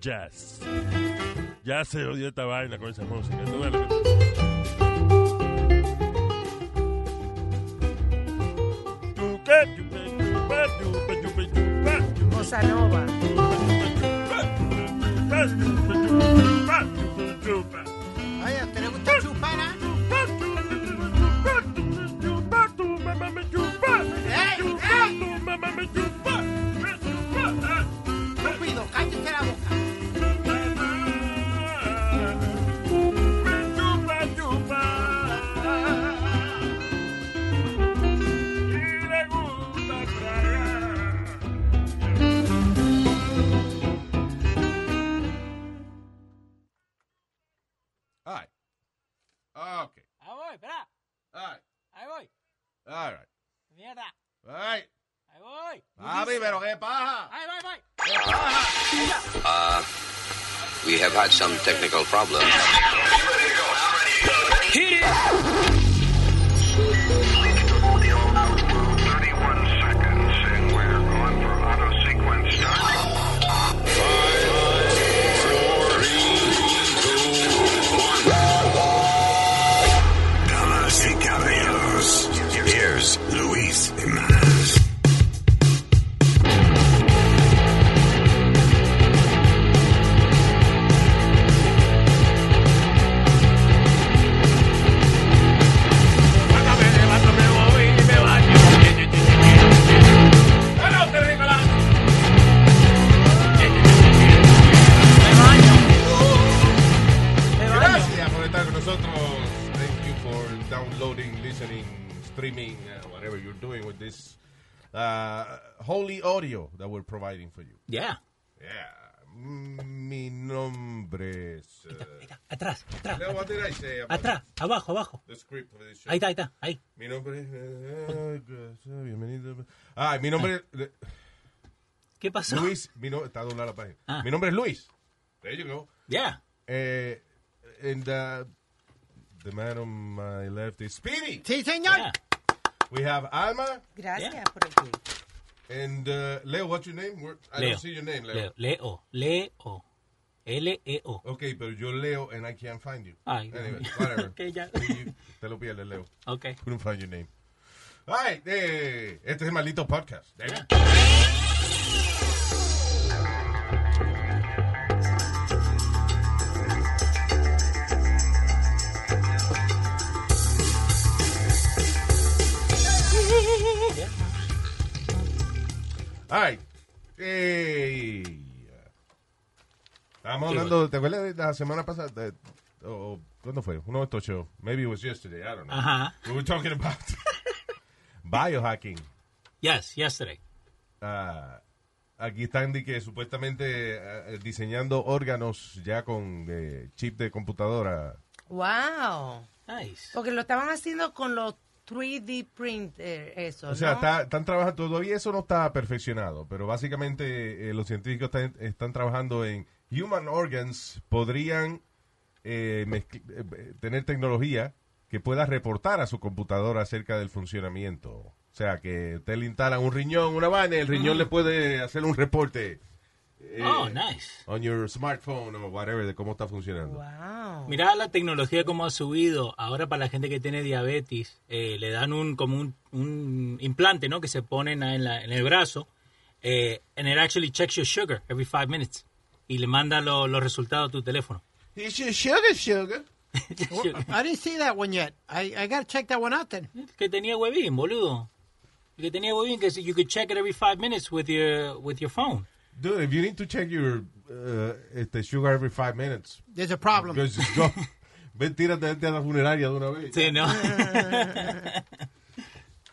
jazz. Ya se odió esta vaina con esa música. Tú ves lo que- Chupa, chupa, chupa, chupa, chupa, chupa, chupa, Bossa Nova. chupa, chupa, chupa, chupa, chupa. Oye, ¿a usted le gusta chupar, ah? Estúpido, cállese la boca. All right. Okay. Ahí voy, espera. All right. Ahí voy. All right. Mierda. All right. Ahí voy. Papi, pero qué paja. Ahí voy, voy. Qué paja. We have had some technical problems. Damas y caballeros, here's Luis Jimenez. Me baño. Gracias por estar con nosotros. Thank you for downloading, listening, streaming, uh, whatever you're doing with this uh, holy audio that we're providing for you. Yeah. Yeah. Mi nombre es. eh, uh, Atrás, atrás, Leo, what did I say about atrás, abajo, abajo. the script of this show? Ahí está, ahí está, ahí. Mi nombre es. eh, gracias, Bienvenido. Ay, mi nombre es. ¿Qué pasó? Luis. Mi no- está doblada la página. Ah. Mi nombre es Luis. There you go. Yeah. Eh, and uh, the man on my left is Speedy. Sí, señor. We have Alma Gracias Yeah. por el tiempo. and uh, Leo. What's your name? Where- I Leo. don't see your name, Leo. Leo, Leo, Leo. E L-E-O. Okay, pero yo Leo and I can't find you. Ay, anyway, Dios mío. whatever. Ok, ya. You- Te lo pierdes, Leo. Ok. Couldn't find your name. All right, eh, este es el maldito podcast. Damn it. All right. Eh, Estábamos Sí, hablando, ¿te acuerdas de la semana pasada? De- o- ¿Cuándo fue? Uno de estos shows. Maybe it was yesterday, I don't know. Ajá. We were talking about biohacking. Yes, yesterday. Ah, aquí están de que supuestamente eh, diseñando órganos ya con eh, chip de computadora. Wow. Nice. Porque lo estaban haciendo con los 3D printer, eh, eso. O sea, ¿no? está- están trabajando, todavía eso no está perfeccionado, pero básicamente eh, los científicos están, están trabajando en human organs, podrían eh, mezcl- eh, eh, tener tecnología que pueda reportar a su computadora acerca del funcionamiento. O sea, que te le instalan un riñón, una vaina, y el riñón le puede hacer un reporte. eh, Oh, nice. On your smartphone o whatever, de cómo está funcionando. Wow. Mirá la tecnología como ha subido. Ahora para la gente que tiene diabetes, eh, le dan un como un, un implante, ¿no? Que se ponen en, la- en el brazo. Eh, and it actually checks your sugar every five minutes. Y le manda lo- los resultados a tu teléfono. Sugar, sugar. Sugar. I didn't see that one yet. I, I gotta check that one out then. que tenía huevín, boludo. Que tenía huevín que si- you could check it every five minutes with your with your phone. Dude, if you need to check your uh, este, sugar every five minutes, There's a problem. Because it's gone. Ven, tírate vete a la funeraria de una vez. Sí, ¿no?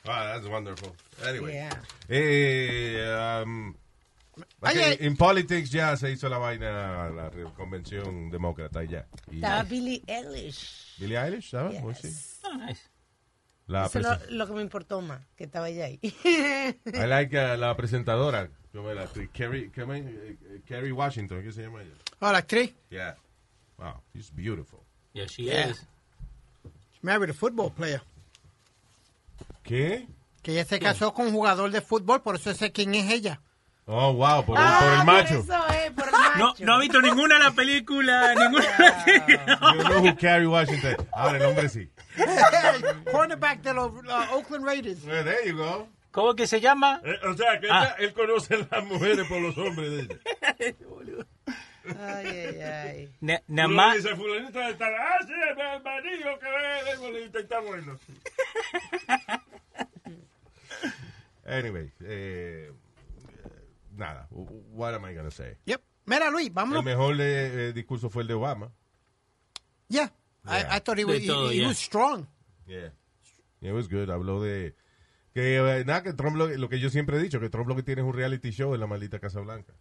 Ah, that's wonderful. Anyway. Yeah. Eh, um, Ay, okay, ay. in politics ya se hizo la vaina, la re- convención demócrata y ya. Y Estaba Billie Eilish. Billie Eilish, ¿sabes? Yes. Oh, sí. Oh, nice. La, Eso es lo, presen- lo que me importó más, que estaba ella ahí. I like uh, la presentadora. Yo me la actriz Kerry, ¿cómo es? Eh, eh, Kerry Washington, ¿qué se llama ella? Oh, la actriz. Yeah. Wow, she's beautiful. Yeah, she Yeah. is. She married a football player. ¿Qué? Que ella se casó con un jugador de fútbol, por eso sé quién es ella. Oh, wow, por, Ah, por el macho. Por eso es, por el macho. No, no ha visto ninguna de las películas, ninguna de las series. You know who Kerry Washington. Ahora el hombre sí. Cornerback de los uh, Oakland Raiders. Well, there you go. ¿Cómo que se llama? Eh, o sea, que Ah. ella- él conoce a las mujeres por los hombres de ella. Ay, ay, ay. Na- Uno Nada más. dice, fulanito de tal, ah, sí, el el marido que ve, es bonito y está bueno. Anyway, eh, nada. What am I gonna say? Yep. Mira, Luis, El vámonos. mejor eh, eh, discurso fue el de Obama. Yeah. I, I thought he was, De he, todo, he yeah. was strong. Yeah. It was good. Habló de que eh, nada que Trump lo, lo que yo siempre he dicho que Trump lo que tiene es un reality show en la maldita Casa Blanca.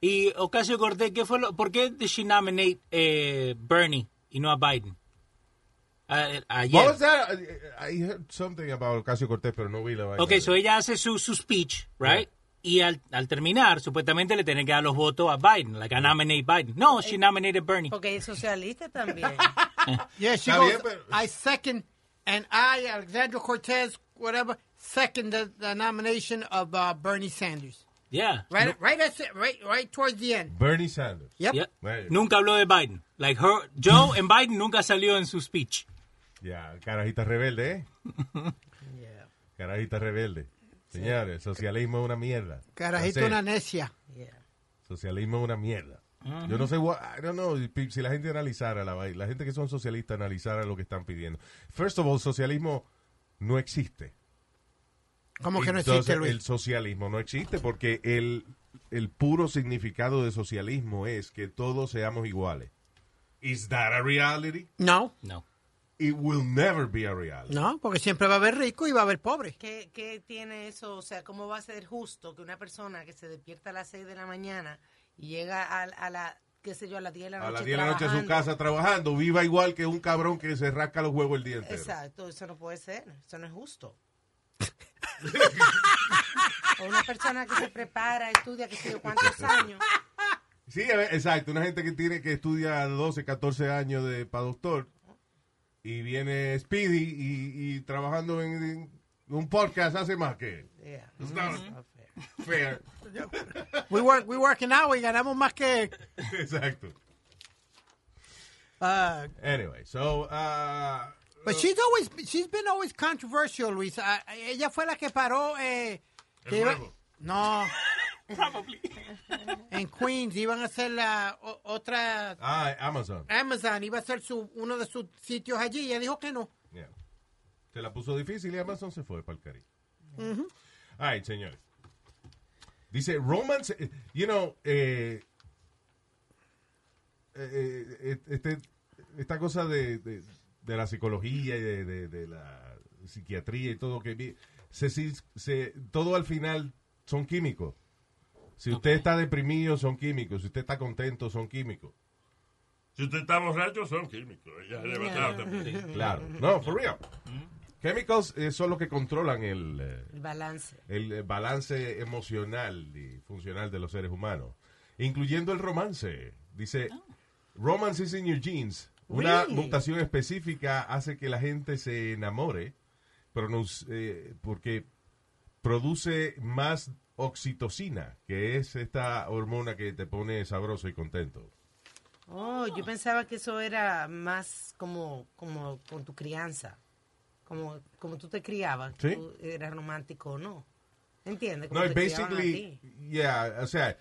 Y Ocasio Cortés, ¿qué fue lo, ¿por qué did she nominate eh, Bernie y no a Biden? A- What ayer. was that? eh, I, I heard something about Ocasio Cortés, pero no vi la vaina. Ok, so ella hace su, su speech, Yeah. right? Y al, al terminar, supuestamente le tienen que dar los votos a Biden, like I nominate Biden. No, she nominated Bernie. Porque es socialista también. Yeah, she Está goes, bien, pero- I second, and I, Alexandra Cortez, whatever, second the, the nomination of uh, Bernie Sanders. Yeah. Right, right, at, right, right towards the end. Bernie Sanders. Yep. Yeah. Right. Nunca habló de Biden. Like her, Joe and Biden nunca salió en su speech. Ya, carajita rebelde, ¿eh? Yeah, Carajita rebelde. Señores, el socialismo es una mierda. Carajito Entonces, una necia. yeah. Socialismo es una mierda. Yo no sé, wha- I don't know, pi- si la gente analizara, la, vai- la gente que son socialistas analizara lo que están pidiendo. First of all, socialismo no existe. ¿Cómo que no Entonces, existe, El Luis? socialismo no existe porque el, el puro significado de socialismo es que todos seamos iguales. Is that a reality? No, No. It will never be a reality. no, porque siempre va a haber rico y va a haber pobre. ¿Qué, ¿Qué tiene eso? O sea, ¿cómo va a ser justo que una persona que se despierta a las 6 de la mañana y llega a, a la, qué sé yo, a las 10 de la noche A las 10 de la noche en su trabajando? casa trabajando, viva igual que un cabrón que se rasca los huevos el día entero. Exacto, eso no puede ser, eso no es justo. o una persona que se prepara, estudia, que sé yo cuántos años. Sí, a ver, exacto. Una gente que tiene que estudia 12, 14 años de para doctor y viene Speedy y, y trabajando en, en un podcast hace más que él. Yeah. It's not not Ah, fair. fair. We work, we work an hour y ganamos más que... Exacto. Uh, Anyway, so uh, but she's always, she's been always controversial, Luis. Ah, ella fue la que paró... Eh, que iba- huevo. no. En Queens iban a hacer la o- otra... ah, Amazon. Amazon iba a hacer su, uno de sus sitios allí y ella dijo que no. Yeah. Se la puso difícil y Amazon se fue para el cariño. Ay, señores. Dice, romance, eh, you know, eh, eh, eh, este- esta cosa de, de- de la psicología y de, de- de la psiquiatría y todo que vi- se, si- se- todo al final son químicos. Si usted está deprimido, son químicos. Si usted está contento, son químicos. Si usted está borracho, son químicos. Ella es arrebatada también. Claro. No, for real. Chemicals eh, son los que controlan el... eh, El balance. el eh, balance emocional y funcional de los seres humanos, incluyendo el romance. Dice, romance is in your genes. Una Really? mutación específica hace que la gente se enamore, pero nos, eh, porque produce más oxitocina, que es esta hormona que te pone sabroso y contento. Oh, yo pensaba que eso era más como, como con tu crianza. Como, como tú te criabas, Sí. tú eras romántico o no. ¿Entiendes? Como No, te es criaban a basically, ti. yeah, o sea,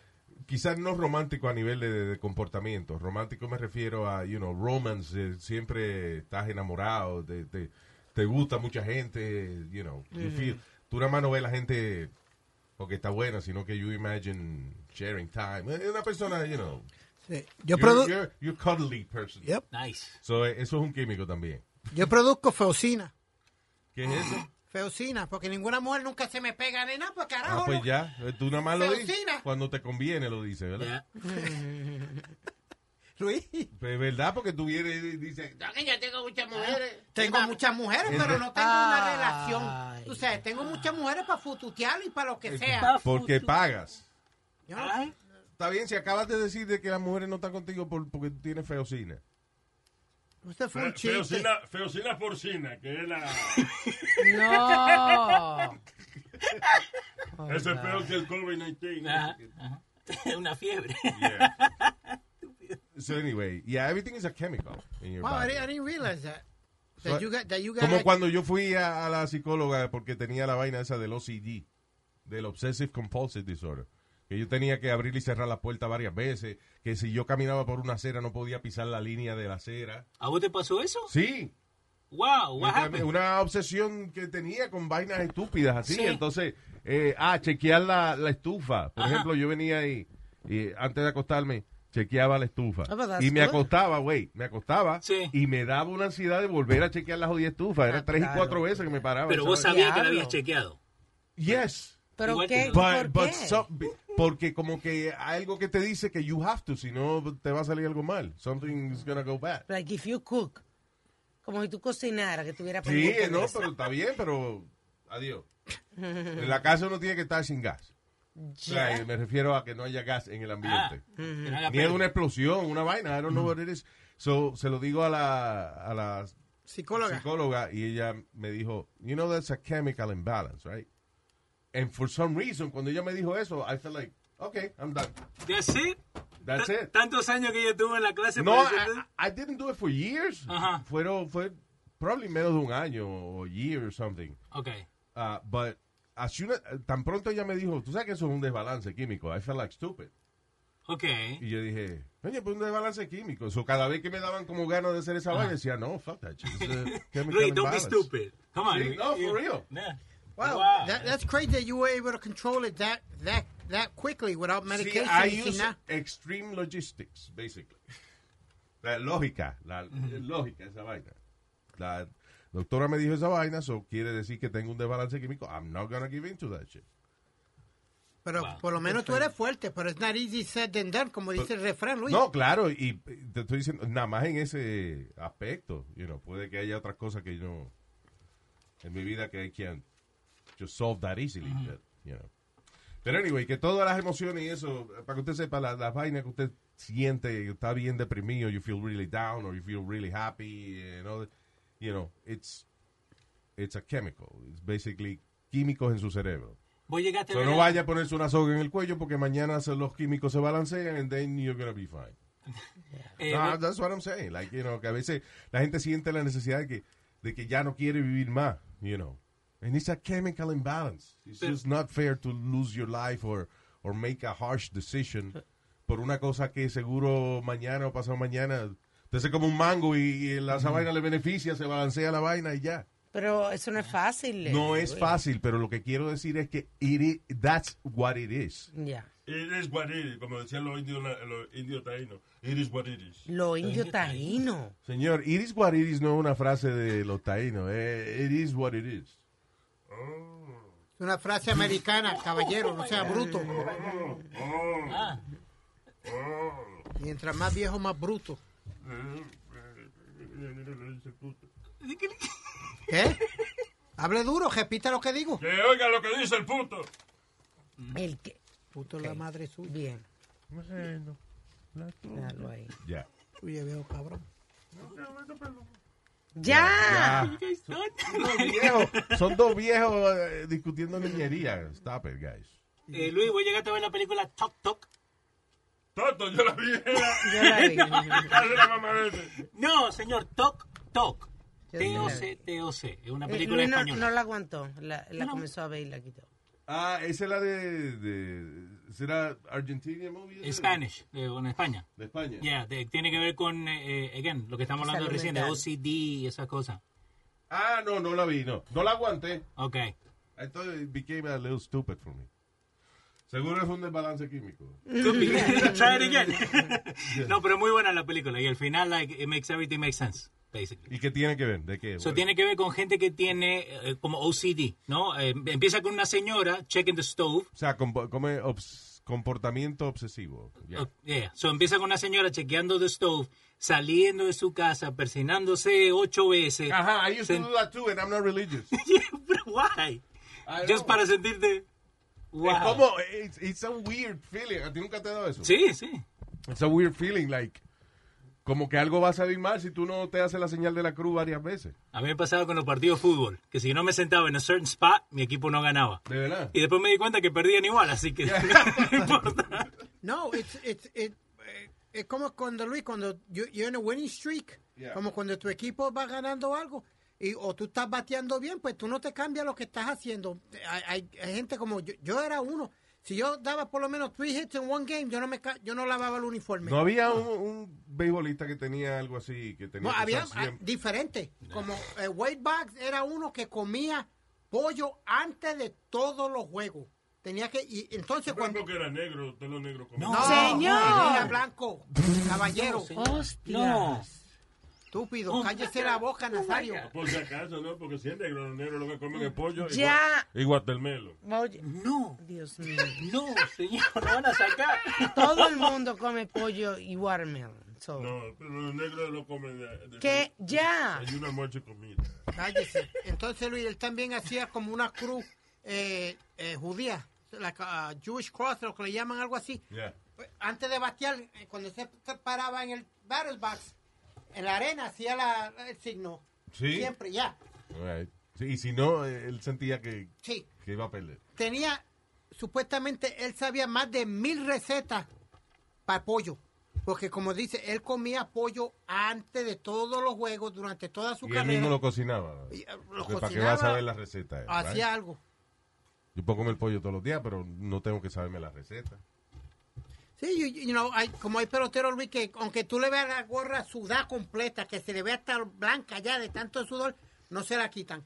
quizás no romántico a nivel de, de comportamiento. Romántico me refiero a, you know, romance, eh, siempre estás enamorado, te, te, te gusta mucha gente, you know. you feel- tú nada más no ves la gente porque está buena, sino que you imagine sharing time. Es una persona, you know, Yo, you're, produ- you're, you're cuddly person. Yep. Nice. So, eh, eso es un químico también. yo produzco feocina. ¿Qué es eso? Feocina, porque ninguna mujer nunca se me pega de nada, pues carajo. Ah, pues no. ya, eh, tú nada más lo dices. Seducina. Cuando te conviene lo dices, ¿verdad? Yeah. Luis, Pues, ¿Verdad? Porque tú vienes y dices, tengo muchas mujeres, pero no tengo una relación. Tú sabes, tengo muchas mujeres para fututear y para lo que sea. Porque pagas. Yo no- Está bien, si acabas de decir de que las mujeres no están contigo por, porque tú tienes feocina. Usted fue un Fe- chiste. Feocina, feocina porcina, que es la. No. Oh, Eso es peor que el COVID-19. Ah. Ajá. una fiebre. Yeah. so anyway, yeah, everything is a chemical in your Wow, I body. didn't, I didn't realize that. That So- you got, that you got Como like- cuando yo fui a, a la psicóloga porque tenía la vaina esa del OCD, del Obsessive Compulsive Disorder. Que yo tenía que abrir y cerrar la puerta varias veces. Que si yo caminaba por una acera no podía pisar la línea de la acera. ¿A vos te pasó eso? Sí, Wow, what Una- happened? Una obsesión que tenía con vainas estúpidas así. Sí. Entonces, eh, ah, chequear la, la estufa. Por ejemplo, yo venía y, y antes de acostarme, chequeaba la estufa. Ah, but that's Y me good. acostaba, güey, me acostaba. Sí. Y me daba una ansiedad de volver a chequear la jodida estufa. Era Ah, tres y claro. cuatro veces que me paraba. Pero vos ¿sabes? sabías que la Diablo. habías chequeado. Yes. Pero Igual qué, que- ¿por But, but qué? so- porque como que hay algo que te dice que you have to, si no te va a salir algo mal. Something's gonna go bad. Like if you cook, como si tú cocinaras, que tuviera Sí, pendiente de no, pues, eso. pero está bien, pero adiós. En la casa uno tiene que estar sin gas. O sea, me refiero a que no haya gas en el Ah, ambiente. que no haga Ni es pedo. una explosión, una vaina, I don't know what it is. So, se lo digo a la, a la Psicóloga. psicóloga y ella me dijo, you know that's a chemical imbalance, right? And for some reason, cuando ella me dijo eso, I felt like, okay, I'm done. That's it. That's T- it. Tantos años que yo estuve en la clase. pues, No, ah, parece I, que- I- I didn't do it for years. Ajá. Fueron, fue probably menos de un año o year or something. Ok. Uh, but as soon as- tan pronto ella me dijo, tú sabes que eso es un desbalance químico. I felt like stupid. Ok. Y yo dije, oye, pues un desbalance químico. So, cada vez que me daban como ganas de hacer esa vaina, decía, no, fuck that shit. It's a chemical Luis, Ah. don't be imbalance." stupid. Come on. Sí, Luis. no, for Yeah. real. Yeah. Wow, Wow. That, that's crazy that you were able to control it that that that quickly without medication. Sí, I sin use nada. extreme logistics, basically. La lógica, la lógica, esa vaina. La doctora me dijo esa vaina, so quiere decir que tengo un desbalance químico. I'm not gonna give into that shit. Pero por lo menos tú eres fuerte, pero it's not easy said than done, como dice el refrán, Luis. No, claro, y eh, te estoy diciendo, nada más en ese aspecto, you know, puede que haya otras cosas que yo no, en mi vida que I can't just solve that easily, but, you know. Pero anyway, que todas las emociones y eso, eh, para que usted sepa, la- las vainas que usted siente, está bien deprimido, you feel really down, or you feel really happy, and all that, you know, it's, it's a chemical, it's basically químicos en su cerebro. Vos llegaste a So ver no a- vaya a ponerse una soga en el cuello porque mañana se- los químicos se balancean and then you're gonna be fine. eh, No, that's what I'm saying. Like, you know, que a veces la gente siente la necesidad de que, de que ya no quiere vivir más, you know. And it's a chemical imbalance. It's Pero- just not fair to lose your life or, or make a harsh decision por una cosa que seguro mañana o pasado mañana te se como un mango y, y la esa vaina le beneficia, se balancea la vaina y ya. Pero eso no es fácil. No eh, es güey. fácil, pero lo que quiero decir es que it i- that's what it is. Ya. It is what it is, como decían los indios, los indios taínos. It is what it is. Lo indio taíno. Señor, it is what it is no es una frase de los taínos. eh, it is what it is. Es una frase americana, caballero, no sea bruto. Mientras más viejo, más bruto. ¿Qué? ¿Eh? Hable duro, repita lo que digo. Que oiga lo que dice el puto. Mm. El que. Puto la madre suya. Bien. Dalo ahí. Ya. Oye, viejo cabrón. ¡Ya! Ah, viejo, son dos viejos eh, discutiendo niñería. Stop it, guys. eh, Luis, vos llegaste a ver la película Tok Tok. Toto, yo la vi en la Yo la vi. casa de la mamá de ese. No, señor, Tok Tok. Yo sí la T-O-C, T-O-C. Es una Eh, película Luis no, no española. la aguantó. La, la No. comenzó a ver y la quitó. Ah, esa es la de. de- ¿Será Argentina movie? esa? En Spanish, de, en España. De España. Yeah, de- tiene que ver con, eh, eh, again, lo que estamos hablando Salud recién, de mental. OCD y esas cosas. Ah, no, no la vi, no. No la aguanté. Ok. I thought it became a little stupid for me. Seguro es un desbalance químico. Could be. Try it again. no, pero es muy buena la película. Y al final, like, it makes everything make sense, basically. ¿Y qué tiene que ver? ¿De qué? Eso tiene que ver con gente que tiene eh, como OCD, ¿no? Eh, empieza con una señora checking the stove. O sea, compo- como es obs- comportamiento obsesivo. Ya. Oh, yeah. So empieza con una señora chequeando the stove, saliendo de su casa, persinándose ocho veces. Ajá, I used to Sen- do that too, and I'm not religious. Pero why? I Just know. para sentirte. Wow. Es como, it's, it's a weird feeling. ¿A ti nunca te ha dado eso? Sí, sí. It's a weird feeling, like, como que algo va a salir mal si tú no te haces la señal de la cruz varias veces. A mí me pasaba con los partidos de fútbol, que si yo no me sentaba en a certain spot, mi equipo no ganaba. De verdad. Y después me di cuenta que perdían igual, así que no importa. No, it's, it's, it- eh, es como cuando Luis, cuando you- you're in a winning streak, Yeah. como cuando tu equipo va ganando algo y o tú estás bateando bien, pues tú no te cambias lo que estás haciendo. Hay, hay- hay gente como yo, yo era uno. Si yo daba por lo menos three hits en one game, yo no me ca- yo no lavaba el uniforme. No había un, un beisbolista que tenía algo así, que tenía No, que había usar siempre- ah, diferente. Como eh, Wade Boggs era uno que comía pollo antes de todos los juegos. Tenía que y entonces cuando que era negro, todos los negros comían. No. Señor. Era blanco, caballero, No. estúpido, cállese la boca, Nazario. Por si acaso, ¿no? Porque si es negro, los negros lo que comen es pollo y Ya. gua- y guatemelo. Oye, No. Dios mío. No, señor, lo van a sacar. Todo el mundo come pollo y watermelon. so, No, pero los negros lo comen de, de- Que ya. Hay una noche comida. Cállese. Entonces Luis, él también hacía como una cruz eh, eh, judía, la ca- ah, Jewish cross, lo que le llaman algo así. Yeah. Antes de batear, eh, cuando se paraba en el battle box, en la arena hacía la- el signo. Sí. Siempre, ya. All right. Sí, y si no, eh, él sentía que, Sí. que iba a perder. tenía, supuestamente él sabía más de mil recetas para pollo. Porque como dice, él comía pollo antes de todos los juegos, durante toda su Y él carrera. mismo lo cocinaba. Y, eh, ¿Para lo qué va a cocinaba, saber la receta? eh, Hacía right? algo. Yo puedo comer pollo todos los días, pero no tengo que saberme la receta. Sí, you, you know, hay- como hay peloteros, Luis, que aunque tú le veas la gorra sudada completa, que se le vea hasta blanca ya de tanto sudor, no se la quitan.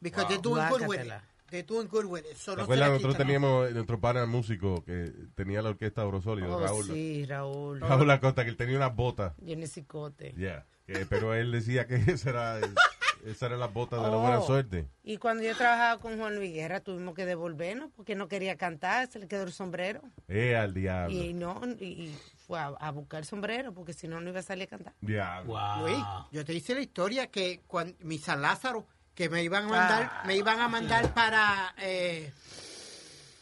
Because they're doing good with it. Guácatela. They're doing good with it. So ¿Te no se la acuerdas? Nosotros quitan. teníamos, eh, nuestro pana músico que tenía la orquesta Orosólido, Oh, Raúl. sí, Raúl. Raúl Acosta, que él tenía unas botas. Tiene cicote. Yeah. Que- pero él decía que esa era, esa era la bota de la Oh. buena suerte. Y cuando yo trabajaba con Juan Luis Guerra, tuvimos que devolvernos porque no quería cantar, se le quedó el sombrero. Eh, al diablo. Y no, y, y fue a, a buscar el sombrero porque si no, no iba a salir a cantar. Diablo. Wow. Luis, yo te hice la historia que cuando mi San Lázaro que me iban a mandar, me iban a mandar para eh,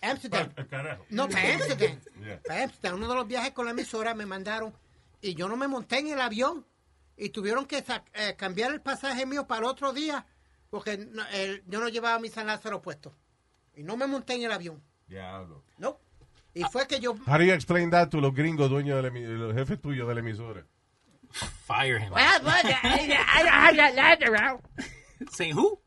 Amsterdam. Ah, Carajo. No, para Amsterdam. Yeah. Para Amsterdam, uno de los viajes con la emisora me mandaron y yo no me monté en el avión y tuvieron que sa- eh, cambiar el pasaje mío para el otro día porque no- el- yo no llevaba mi San Lázaro puesto y no me monté en el avión. Diablo. No. Y fue que yo How do you explain that to los gringos dueños del emi- los jefes tuyos de la emisora? Fire him. Say who?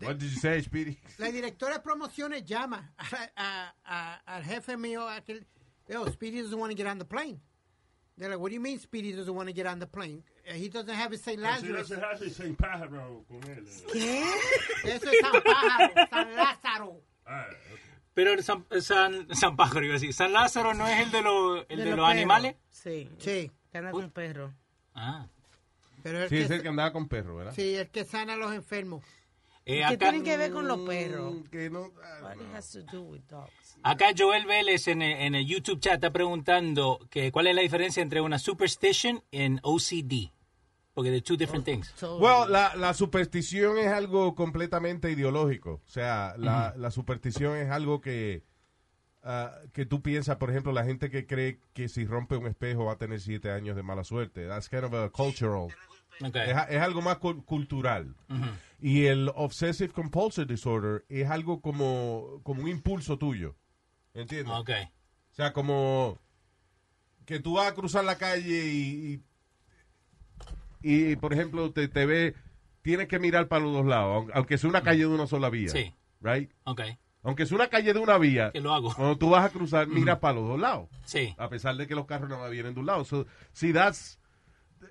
What did you say, Speedy? La directora de promociones llama a- a- a- al jefe mío, aquel, yo, Speedy doesn't want to get on the plane. They're like, what do you mean Speedy doesn't want to get on the plane? Eh, He doesn't have his St. Ah, Si no Lazarus. se hace sin pájaro con él. eh. Eso es San Pájaro, San Lázaro. Ah, Pero el San, San, San Pájaro, iba a decir. San Lázaro no es el de, los- el de, los, perros. animales. Sí. Sí, Que anda con perro. Ah. pero el Sí, es que, el que andaba con perro, ¿verdad? sí, el que sana a los enfermos. Eh, ¿Qué acá, tienen que ver con los perros? Mm, Que no, What ah, it has to do with dogs? acá Joel Vélez en el, en el YouTube chat está preguntando que cuál es la diferencia entre una superstition y OCD. Porque they're two Oh. different things. So- Well, la, la superstición es algo completamente ideológico. O sea, la, la superstición es algo que, ah, que tú piensas, por ejemplo, la gente que cree que si rompe un espejo va a tener siete años de mala suerte. That's kind of a cultural. Okay. Es, a- es algo más cul- cultural. Y el obsessive compulsive disorder es algo como, como un impulso tuyo. ¿Entiendes? Ok. O sea, como que tú vas a cruzar la calle y, y, y, por ejemplo, te, te ve, tienes que mirar para los dos lados, aunque- aunque sea una calle de una sola vía. Sí. Right? Ok. Aunque sea una calle de una vía, Que lo hago. cuando tú vas a cruzar, mira para los dos lados, Sí. a pesar de que los carros nada más vienen de un lado. So, si das,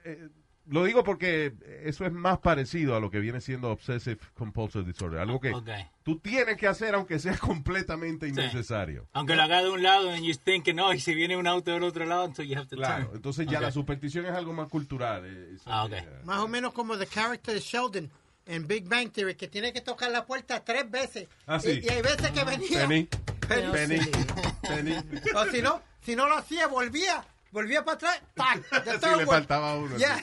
eh, lo digo porque eso es más parecido a lo que viene siendo obsessive compulsive disorder, algo que Ok. tú tienes que hacer aunque sea completamente innecesario. Aunque lo haga de un lado, and you think que no, y si viene un auto del otro lado, entonces you have to Claro, turn. entonces ya Ok. la superstición es algo más cultural. eh, es- Ah, ok. eh, Más o menos como The Character de Sheldon en Big Bang Theory, que tiene que tocar la puerta tres veces. Ah, sí. y, y hay veces que venía. Penny, Penny. Penny, Penny. O si no, si no lo hacía, volvía, volvía para atrás, ¡tac! The Sí, third le one. faltaba uno. Yeah.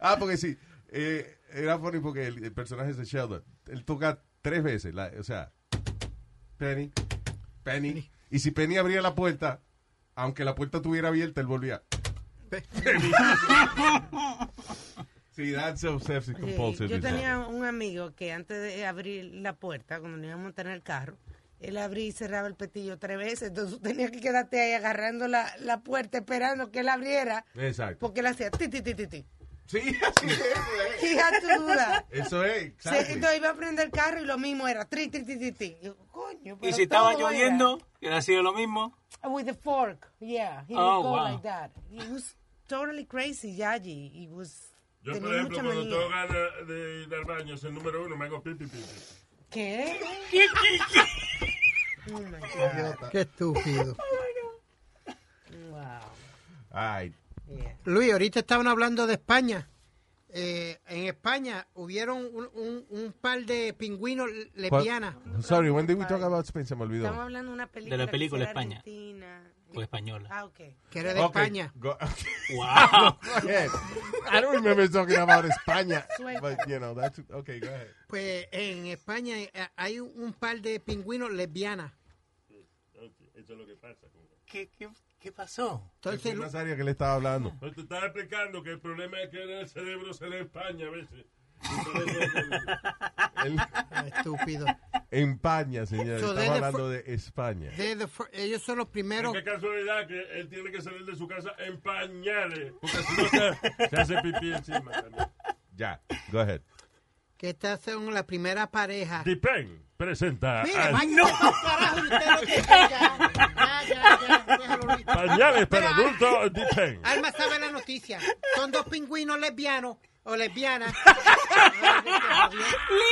Ah, porque sí, eh, era funny porque el, el personaje de Sheldon, él toca tres veces, la- o sea, Penny, Penny. Y si Penny abría la puerta, aunque la puerta estuviera abierta, él volvía. Penny. sí, that's obsessive Sí, compulsive. yo disorder. tenía un amigo que antes de abrir la puerta, cuando nos íbamos a montar en el carro, él abría y cerraba el petillo tres veces. Entonces tú tenías que quedarte ahí agarrando la, la puerta, esperando que él abriera, Exacto. porque él hacía ti, ti, ti, ti, ti. Sí, así es, güey. Y ya tú dudas. Eso es, Sí, exacto. entonces iba a prender el carro y lo mismo era tri, tri, tri, tri, tri. Yo, coño, Y pero si estaba todo era- lloviendo, que ha sido lo mismo. With the fork, yeah. He Oh, would go wow. like that. He was totally crazy, Yaji. He was... Yo, tenía por ejemplo, mucha cuando manía. tengo ganas de ir al baño, es el número uno, me hago pipi, pipi. ¿Qué? oh, my God. Qué estúpido. Wow. Ay, Yeah. Luis, ahorita estaban hablando de España. Eh, en España hubieron un, un- un par de pingüinos lesbianas. Sorry, when did we talk about Spain? Se me olvidó. Estamos hablando de una película. De la que película será España. Pues, Argentina. O española. Ah, ok. que era de Okay, España. go- Ah. ¡Wow! ahead. I don't remember talking about España. Suelta. But, you know, that's... Okay, go ahead. Pues en España eh, hay un- un par de pingüinos lesbianas. Eso es lo que pasa. con- ¿Qué, qué, qué pasó? Entonces, Es área que le estaba hablando. Pues te estaba explicando que el problema es que en el cerebro se le empaña a veces. Y por eso- Él- Lu- estúpido. España, señores. So Estamos then the hablando fir- de España. They're the fir- ellos son los primeros. Qué casualidad que él tiene que salir de su casa en pañales. Porque si no se, se hace pipí encima también. Ya, go ahead. que estas son la primera pareja. Dipen presenta Mira, al- vaya pa'l carajo, usted lo que- ya, ya, ya, ya, déjalo, Luis. pañales para Mira, Ah. adultos Dipen. Alma sabe la noticia. Son dos pingüinos lesbianos o lesbianas.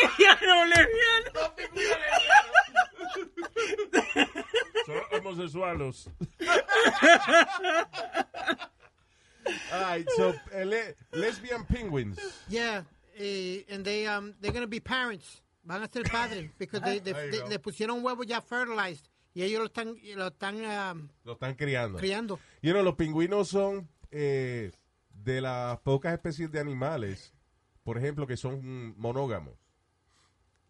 ¡Lesbiano, lesbiano! Son homosexuales. All right, so eh, le- lesbian penguins. Yeah, eh, and they um they're gonna be parents. Van a ser padres because they, they, There you they- go. le pusieron huevos ya fertilized y ellos lo están lo están um, Lo están criando. criando. You know, los pingüinos son eh, de las pocas especies de animales, por ejemplo, que son monógamos.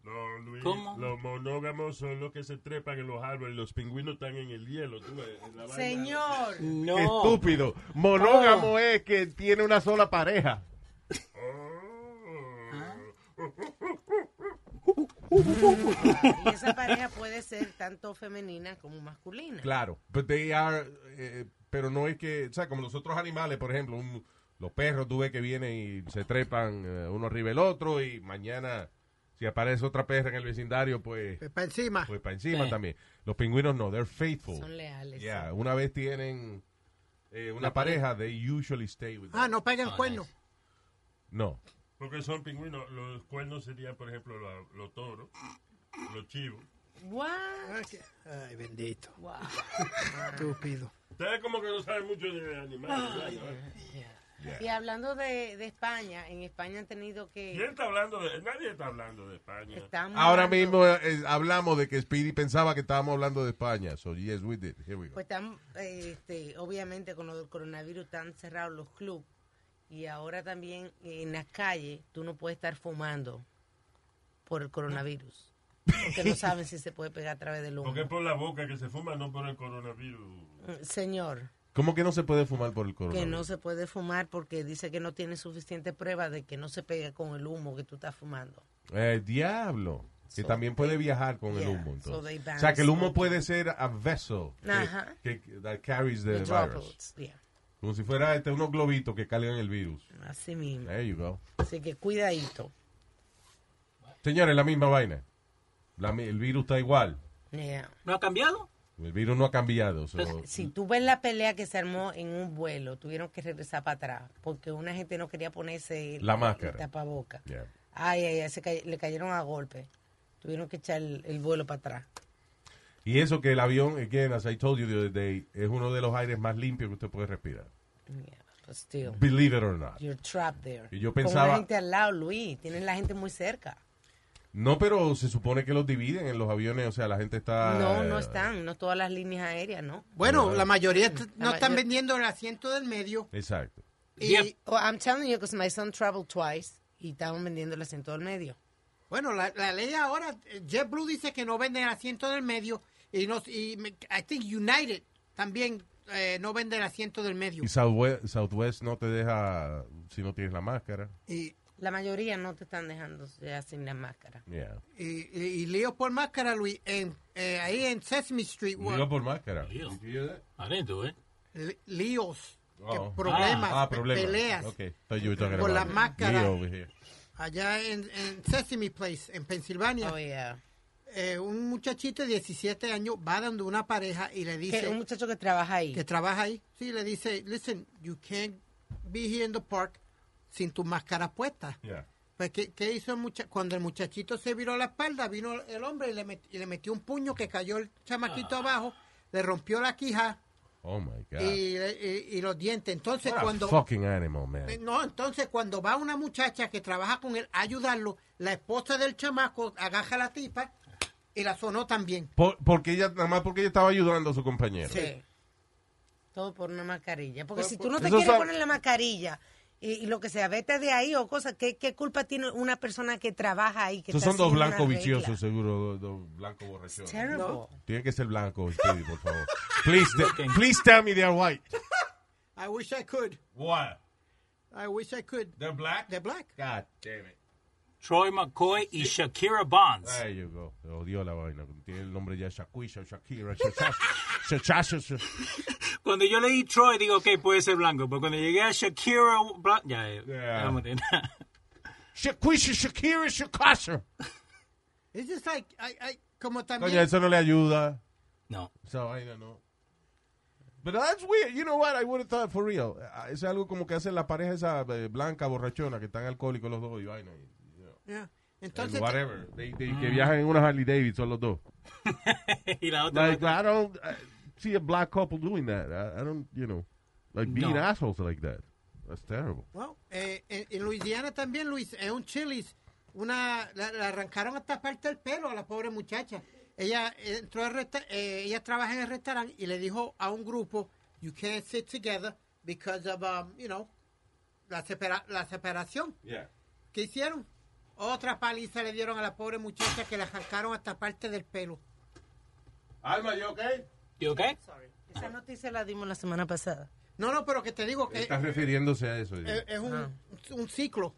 No, Luis, ¿Cómo? los monógamos son los que se trepan en los árboles. Los pingüinos están en el hielo. Tú, ves, en la vaina. Señor. No. Qué estúpido. Monógamo es que tiene una sola pareja. Y esa pareja puede ser tanto femenina como masculina. Claro, but they are, eh, pero no es que, o sea, como los otros animales, por ejemplo, un- los perros, tú ves que vienen y se trepan eh, uno arriba del otro y mañana si aparece otra perra en el vecindario, pues, Pues Para encima. pues para encima Sí. también. Los pingüinos no, they're faithful. Son leales. Yeah, una vez tienen eh, una pareja, they usually stay with Ah, them. no pegan Oh, cuernos. No. Porque son pingüinos. Los cuernos serían, por ejemplo, la- los, toros, los chivos. What? Ay, bendito. Wow. Estúpido. Ustedes como que no saben mucho de animales. ¿verdad? Y hablando de, de España, en España han tenido ¿Quién que... está hablando de...? Nadie está hablando de España. estamos Ahora hablando- mismo eh, hablamos de que Speedy pensaba que estábamos hablando de España. So, yes, we did. Here we go. Pues están, eh, este, obviamente con lo del coronavirus están cerrados los clubes y ahora también eh, en las calles tú no puedes estar fumando por el coronavirus. Porque no saben si se puede pegar a través del humo. Porque es por la boca que se fuma, no por el coronavirus. Mm, Señor, ¿Cómo que no se puede fumar por el que coronavirus? no se puede fumar porque dice que no tiene suficiente prueba de que no se pega con el humo que tú estás fumando. El Eh, diablo. Que So también puede viajar con el yeah, humo. so they Entonces. ban o sea, que el humo smoking. puede ser a vessel que- Ajá. que, that carries the, The virus. droplets, yeah. Como si fuera este, unos globitos que cargan el virus. Así mismo. There you go. Así que cuidadito. Señores, la misma vaina. La mi- el virus está igual. Yeah. ¿No ha cambiado? El virus no ha cambiado. so- Si tú ves la pelea que se armó en un vuelo, tuvieron que regresar para atrás porque una gente no quería ponerse La máscara. el tapaboca. Yeah. Ay, ay, ay, se cay- le cayeron a golpe. Tuvieron que echar el, el vuelo para atrás. Y eso que el avión, again, as I told you the other day, es uno de los aires más limpios que usted puede respirar. Yeah, but still, Believe it or not. pues, you're trapped there. Y yo Con pensaba- la gente al lado, Luis. Tienes la gente muy cerca. No, pero se supone que los dividen en los aviones. O sea, la gente está... No, no eh, están. No todas las líneas aéreas, ¿no? Bueno, la mayoría t- no La están mayor- vendiendo el asiento del medio. Exacto. Y, Yep. Oh, I'm telling you, because my son traveled twice y estaban vendiéndolas en todo el medio. Bueno, la, la ley ahora, eh, JetBlue dice que no vende el asiento del medio y, no, y me- I think United también eh, no vende el asiento del medio. Y Southwest, Southwest no te deja si no tienes la máscara. Y La mayoría no te están dejando ya sin la máscara. Yeah. Y, y, y lío por máscara, Luis, en, eh, ahí en Sesame Street. Digo were por máscara. Leo. Did you hear that? I didn't do it. li- líos, que Oh. problemas, Ah, ah, pe- problemas. peleas. Okay. Thought you were talking Por about la me máscara. over here. Allá en, en Sesame Place, en Pensilvania, Oh, yeah. eh, un muchachito de 17 años va dando una pareja y le Que dice... un muchacho que trabaja ahí. que trabaja ahí, sí, le dice, listen, you can't be here in the park sin tus máscaras puestas. Yeah. Pues, ¿qué, qué hizo el mucha- Cuando el muchachito se viró la espalda, vino el hombre y le, met- y le metió un puño que cayó el chamaquito abajo, le rompió la quija Oh my God. y, y- y los dientes. Entonces, What a cuando... fucking animal, man. Eh, No, entonces cuando va una muchacha que trabaja con él a ayudarlo, la esposa del chamaco agaja a la tipa y la sonó también. Por- porque ella, nada más porque ella estaba ayudando a su compañero. Sí. Todo por una mascarilla. Porque Todo si por- tú no te Eso quieres sabe- poner la mascarilla y, y lo que sea, vete de ahí o cosas, ¿qué, qué culpa tiene una persona que trabaja ahí? Que Esos está son dos haciendo una blancos regla? viciosos, seguro. Dos, dos blancos borrachos. Terrible. Tiene que ser blanco, Speedy, por favor. Please, te- please tell me they are white. I wish I could. What? I wish I could. They're black? They're black. God damn it. Troy McCoy y Shakira Bonds. There you go. Odio la vaina. Tiene el nombre ya Shaquisha, Shakira, Shachasha. Cuando yo leí Troy, digo, ok, puede ser blanco. Pero cuando llegué a Shakira... Bla- ya, eh, Yeah. vamos de- Shaquisha, Shakira, Shakasha. It's just like, I- I- como también... Coño, eso no le ayuda. no. Esa vaina no. Pero that's weird. You know what? I would have thought for real. Ah, Es algo como que hace la pareja esa eh, blanca borrachona que están alcohólicos los dos y vaina. y, you know. Yeah. And Entonces, whatever. They- they- Que viajan en una Harley Davidson los dos. y la otra... Like, I don't uh, see a black couple doing that. I, I don't, you know, like being No. assholes like that. That's terrible. Well, eh, en, en Luisiana también, Luis, es un chilis. Una, la, la arrancaron hasta parte del pelo a la pobre muchacha. Ella entró al resta- eh, ella trabaja en el restaurante y le dijo a un grupo, you can't sit together because of, um, you know, la, separa- la separación. Yeah. ¿Qué hicieron? Otra paliza le dieron a la pobre muchacha que la arrancaron hasta parte del pelo. Alma, ¿yo okay? ¿You okay? Esa noticia la dimos la semana pasada. No, no, pero que te digo que Estás refiriéndose a eso. es, es un, un ciclo.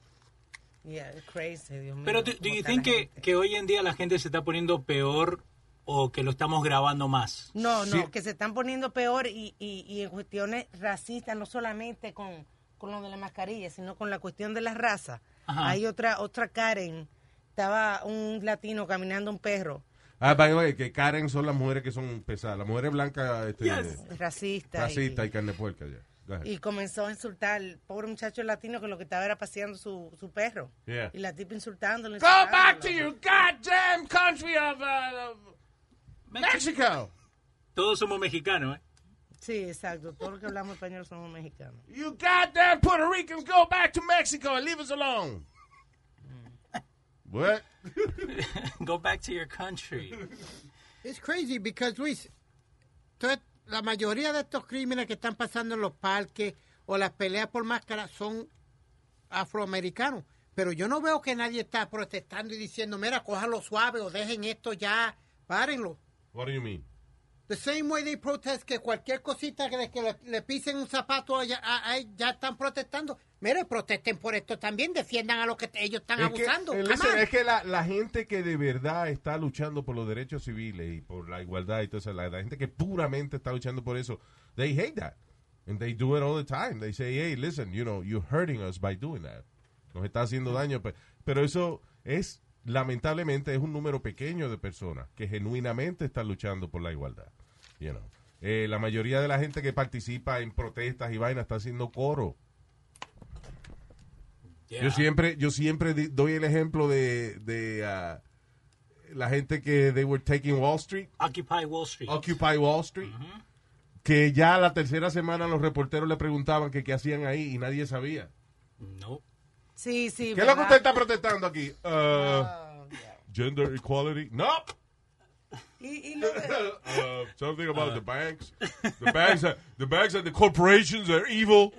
Yeah, it's crazy, Dios mío. Pero, ¿do, do cómo you está think la que, gente. que hoy en día la gente se está poniendo peor o que lo estamos grabando más? No, no, Sí. que se están poniendo peor y, y, y en cuestiones racistas, no solamente con, con lo de la mascarilla, sino con la cuestión de la raza. Ajá. Hay otra, otra Karen, estaba un latino caminando un perro, Ah, by the way, que Karen son las mujeres que son pesadas. Las mujeres blancas, este, racista. y- racistas y carne de puerca. ya. Go ahead. Y comenzó a insultar al pobre muchacho latino que lo que estaba era paseando su, su perro. Yeah. Y la tipa insultándolo. Go insultándolo. back to your goddamn country of, uh, of Mexico. Todos somos mexicanos, ¿eh? Sí, exacto. Todos los que hablamos español somos mexicanos. You goddamn Puerto Ricans, go back to Mexico and leave us alone. What? Go back to your country. It's crazy because Luis, to- la mayoría de estos crímenes que están pasando en los parques o las peleas por máscara son afroamericanos. Pero yo no veo que nadie está protestando y diciendo, mira, cójalo suave o dejen esto ya, párenlo. What do you mean? The same way they protest que cualquier cosita que, de que le, le pisen un zapato allá, a- a- ya están protestando. Mire, protesten por esto también, defiendan a los que te- ellos están Es que, abusando. eh, Come listen, on. es que la, la gente que de verdad está luchando por los derechos civiles y por la igualdad y todo eso, la, la gente que puramente está luchando por eso, they hate that. And they do it all the time. They say, hey, listen, you know, you're hurting us by doing that. Nos está Mm. haciendo daño. pe- Pero eso es, lamentablemente, es un número pequeño de personas que genuinamente están luchando por la igualdad. You know. Eh, la mayoría de la gente que participa en protestas y vainas está haciendo coro. Yeah. Yo siempre, yo siempre di- doy el ejemplo de, de ah, la gente que they were taking Wall Street, Occupy Wall Street. Occupy Wall Street, que ya la tercera semana los reporteros le preguntaban que qué hacían ahí y nadie sabía. No. Sí, sí. ¿Qué es lo que ¿verdad? usted está protestando aquí? Uh, Ah, yeah. gender equality? No. y, y lo de- Uh, something about the banks. The banks, are- the banks and the corporations are evil.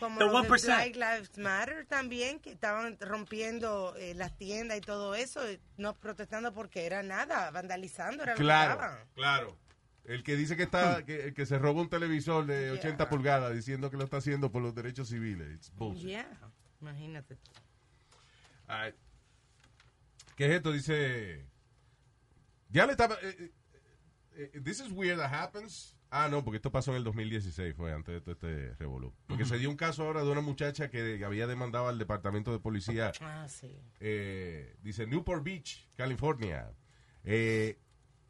Como The los de 1%. Black Lives Matter también, que estaban rompiendo eh, las tiendas y todo eso, eh, no protestando porque era nada, vandalizando, era lo que Claro, estaban. claro. El que dice que está que, que se robó un televisor de 80 pulgadas diciendo que lo está haciendo por los derechos civiles. It's bullshit. Yeah. Imagínate tú. Ay. ¿Qué es esto? Dice. Ya le estaba. eh, eh, eh, this is weird that happens. Ah, no, porque esto pasó en el 2016, fue antes de todo este revolú. Porque se dio un caso ahora de una muchacha que había demandado al departamento de policía. Ah, sí. eh, dice Newport Beach, California. Eh,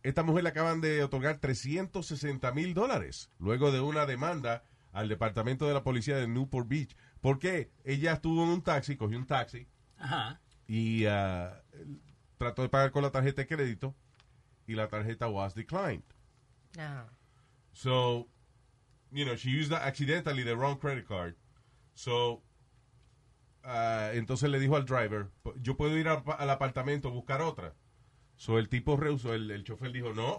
esta mujer le acaban de otorgar 360 mil dólares luego de una demanda al departamento de la policía de Newport Beach. Porque ella estuvo en un taxi, cogió un taxi Ajá. y ah, trató de pagar con la tarjeta de crédito y la tarjeta was declined. Ajá. So, you know, she used the- accidentally the wrong credit card. So, ah, entonces le dijo al driver, "Pues, yo puedo ir a- al apartamento a buscar otra. So, el tipo rehusó, el, el chofer dijo, no.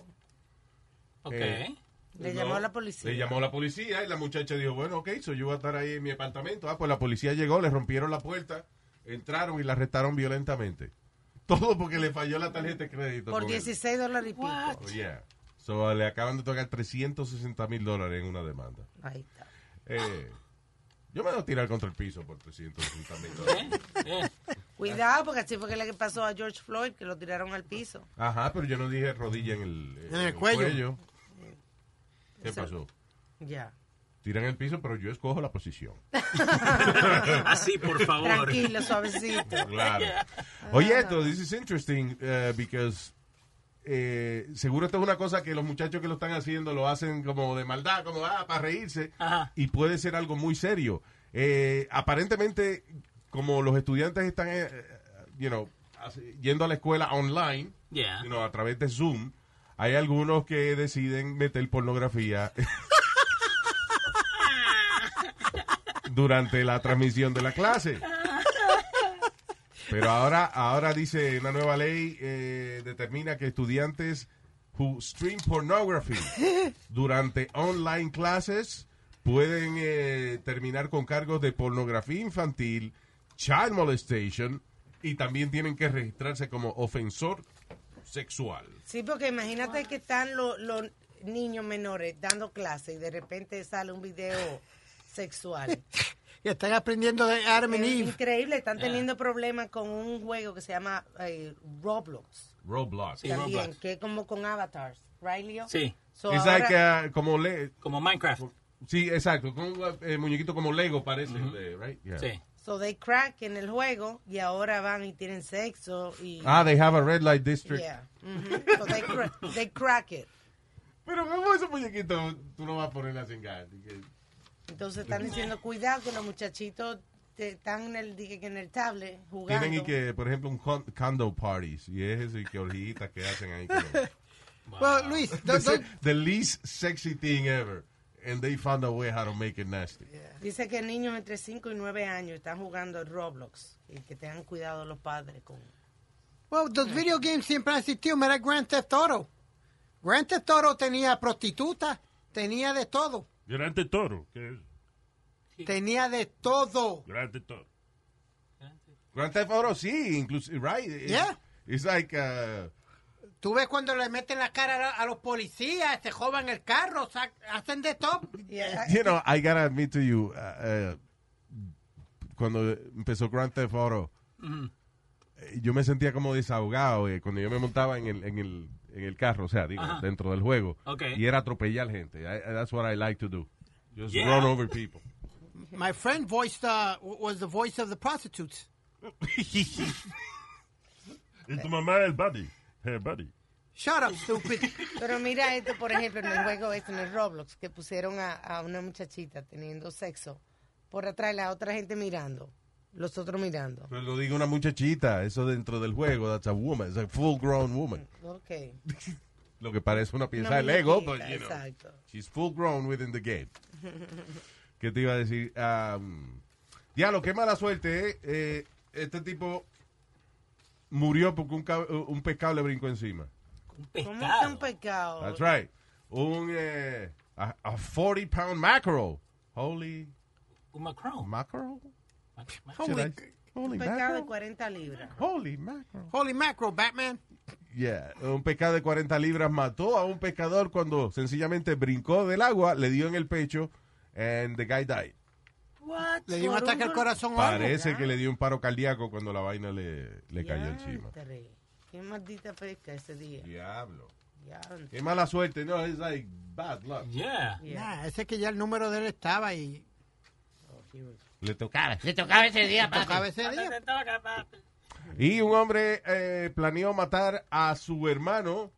Ok. Eh, Le no. llamó a la policía. Le llamó a la policía y la muchacha dijo, bueno, ok, so yo voy a estar ahí en mi apartamento. Ah, pues la policía llegó, le rompieron la puerta, entraron y la arrestaron violentamente. Todo porque le falló la tarjeta de crédito. Por pobre. 16 dólares y pico. Oh, yeah. So, le acaban de tocar 360 mil dólares en una demanda. Ahí está. Eh, yo me voy a tirar contra el piso por 360 mil dólares. Eh, Cuidado, porque así fue que le pasó a George Floyd, que lo tiraron al piso. Ajá, pero yo no dije rodilla en el, En el cuello. ¿Qué Eso- pasó? Ya. Tiran el piso, pero yo escojo la posición. Así, por favor. Tranquilo, suavecito. Claro. Ah. Oye, esto, this is interesting, uh, because eh, seguro esto es una cosa que los muchachos que lo están haciendo lo hacen como de maldad, como ah, para reírse, Ajá. y puede ser algo muy serio. Eh, aparentemente, como los estudiantes están, eh, you know, hace- yendo a la escuela online, Yeah. you know, a través de Zoom, hay algunos que deciden meter pornografía durante la transmisión de la clase. Pero ahora, ahora dice una nueva ley eh, determina que estudiantes who stream pornography durante online classes pueden eh, terminar con cargos de pornografía infantil, child molestation y también tienen que registrarse como ofensor sexual. Sí, porque imagínate que están los, los niños menores dando clases y de repente sale un video sexual. Y están aprendiendo de Adam and Es Eh, Eve. increíble, están teniendo problemas con un juego que se llama eh, Roblox Roblox. Sí, también, Roblox. que es como con avatars, ¿right, Leo? Sí. So Es ahora- like, ah, como le Como Minecraft. sí, exacto, como un eh, muñequito como Lego parece, eh, right? Yeah. Sí. So they crack en el juego y ahora van y tienen sexo y... Ah, they have a red light district. yeah. Ujú. So they, cra- they crack it. Pero cómo ese muñequito tú no vas a poner a cingar. Entonces están diciendo, cuidado que los muchachitos te- están en el, dije que en el tablet jugando. Tienen y que, por ejemplo, un con- condo parties y es eso y que orgitas que hacen ahí. como- Well, Luis, don't- Dice, don't- the least sexy thing ever, and they found a way how to make it nasty. Dice que niños entre 5 y 9 años están jugando Roblox y que tengan cuidado los padres con... well, los video games siempre han existido. Mira Grand Theft Auto. Grand Theft Auto tenía prostitutas, tenía de todo. Grande toro. ¿Qué es? Tenía de todo. Grande toro. Grand Theft Auto sí, inclusive, right? It's- Yeah. It's like uh, Tú ves cuando le meten la cara a la- a los policías, se jodan el carro, sac- hacen de todo. you know, I gotta admit to you, uh, uh, cuando empezó Grand Theft Auto, eh, yo me sentía como desahogado eh, cuando yo me montaba en el, en el, en el carro, o sea, digo, Ajá. dentro del juego. Ok. Y era atropellar gente. I- that's what I like to do. Just Yeah. run over people. My friend voiced, uh, was the voice of the prostitutes. Y Eh. tu mamá es el buddy. Hey, buddy. Shut up, stupid. Pero mira esto, por ejemplo, en el juego este, en el Roblox, que pusieron a, a una muchachita teniendo sexo por atrás, la otra gente mirando, los otros mirando. Pero lo digo una muchachita, eso dentro del juego, that's a woman, it's a full grown woman. Ok. Lo que parece una pieza Una de Lego, muñequita, but you know. Exacto. She's full grown within the game. ¿Qué te iba a decir? Um, diablo, qué mala suerte, ¿eh? Eh, Este tipo murió porque un, cab- un pescado le brincó encima. Un ¿Cómo está un pescado. pecado? That's right. Un eh, a, a 40 pound mackerel. Holy Un macrón. mackerel? Should Holy, I- Holy Un pecado de mackerel. 40 libras. Holy mackerel. holy macro, Batman. Yeah. Un pescado de 40 libras mató a un pescador cuando sencillamente brincó del agua, le dio en el pecho, and the guy died. What? Le dio un Por ataque al dol- corazón o algo. Parece que le dio un paro cardíaco cuando la vaina le, le cayó encima. Diantre. Qué maldita pesca ese día. Diablo. Diantre. Qué mala suerte, no, es like bad luck. Yeah. Yeah. Nah, ese que ya el número de él estaba y Oh, here Le tocaba. Le tocaba ese día, papi. tocaba ese día. Y un hombre eh, planeó matar a su hermano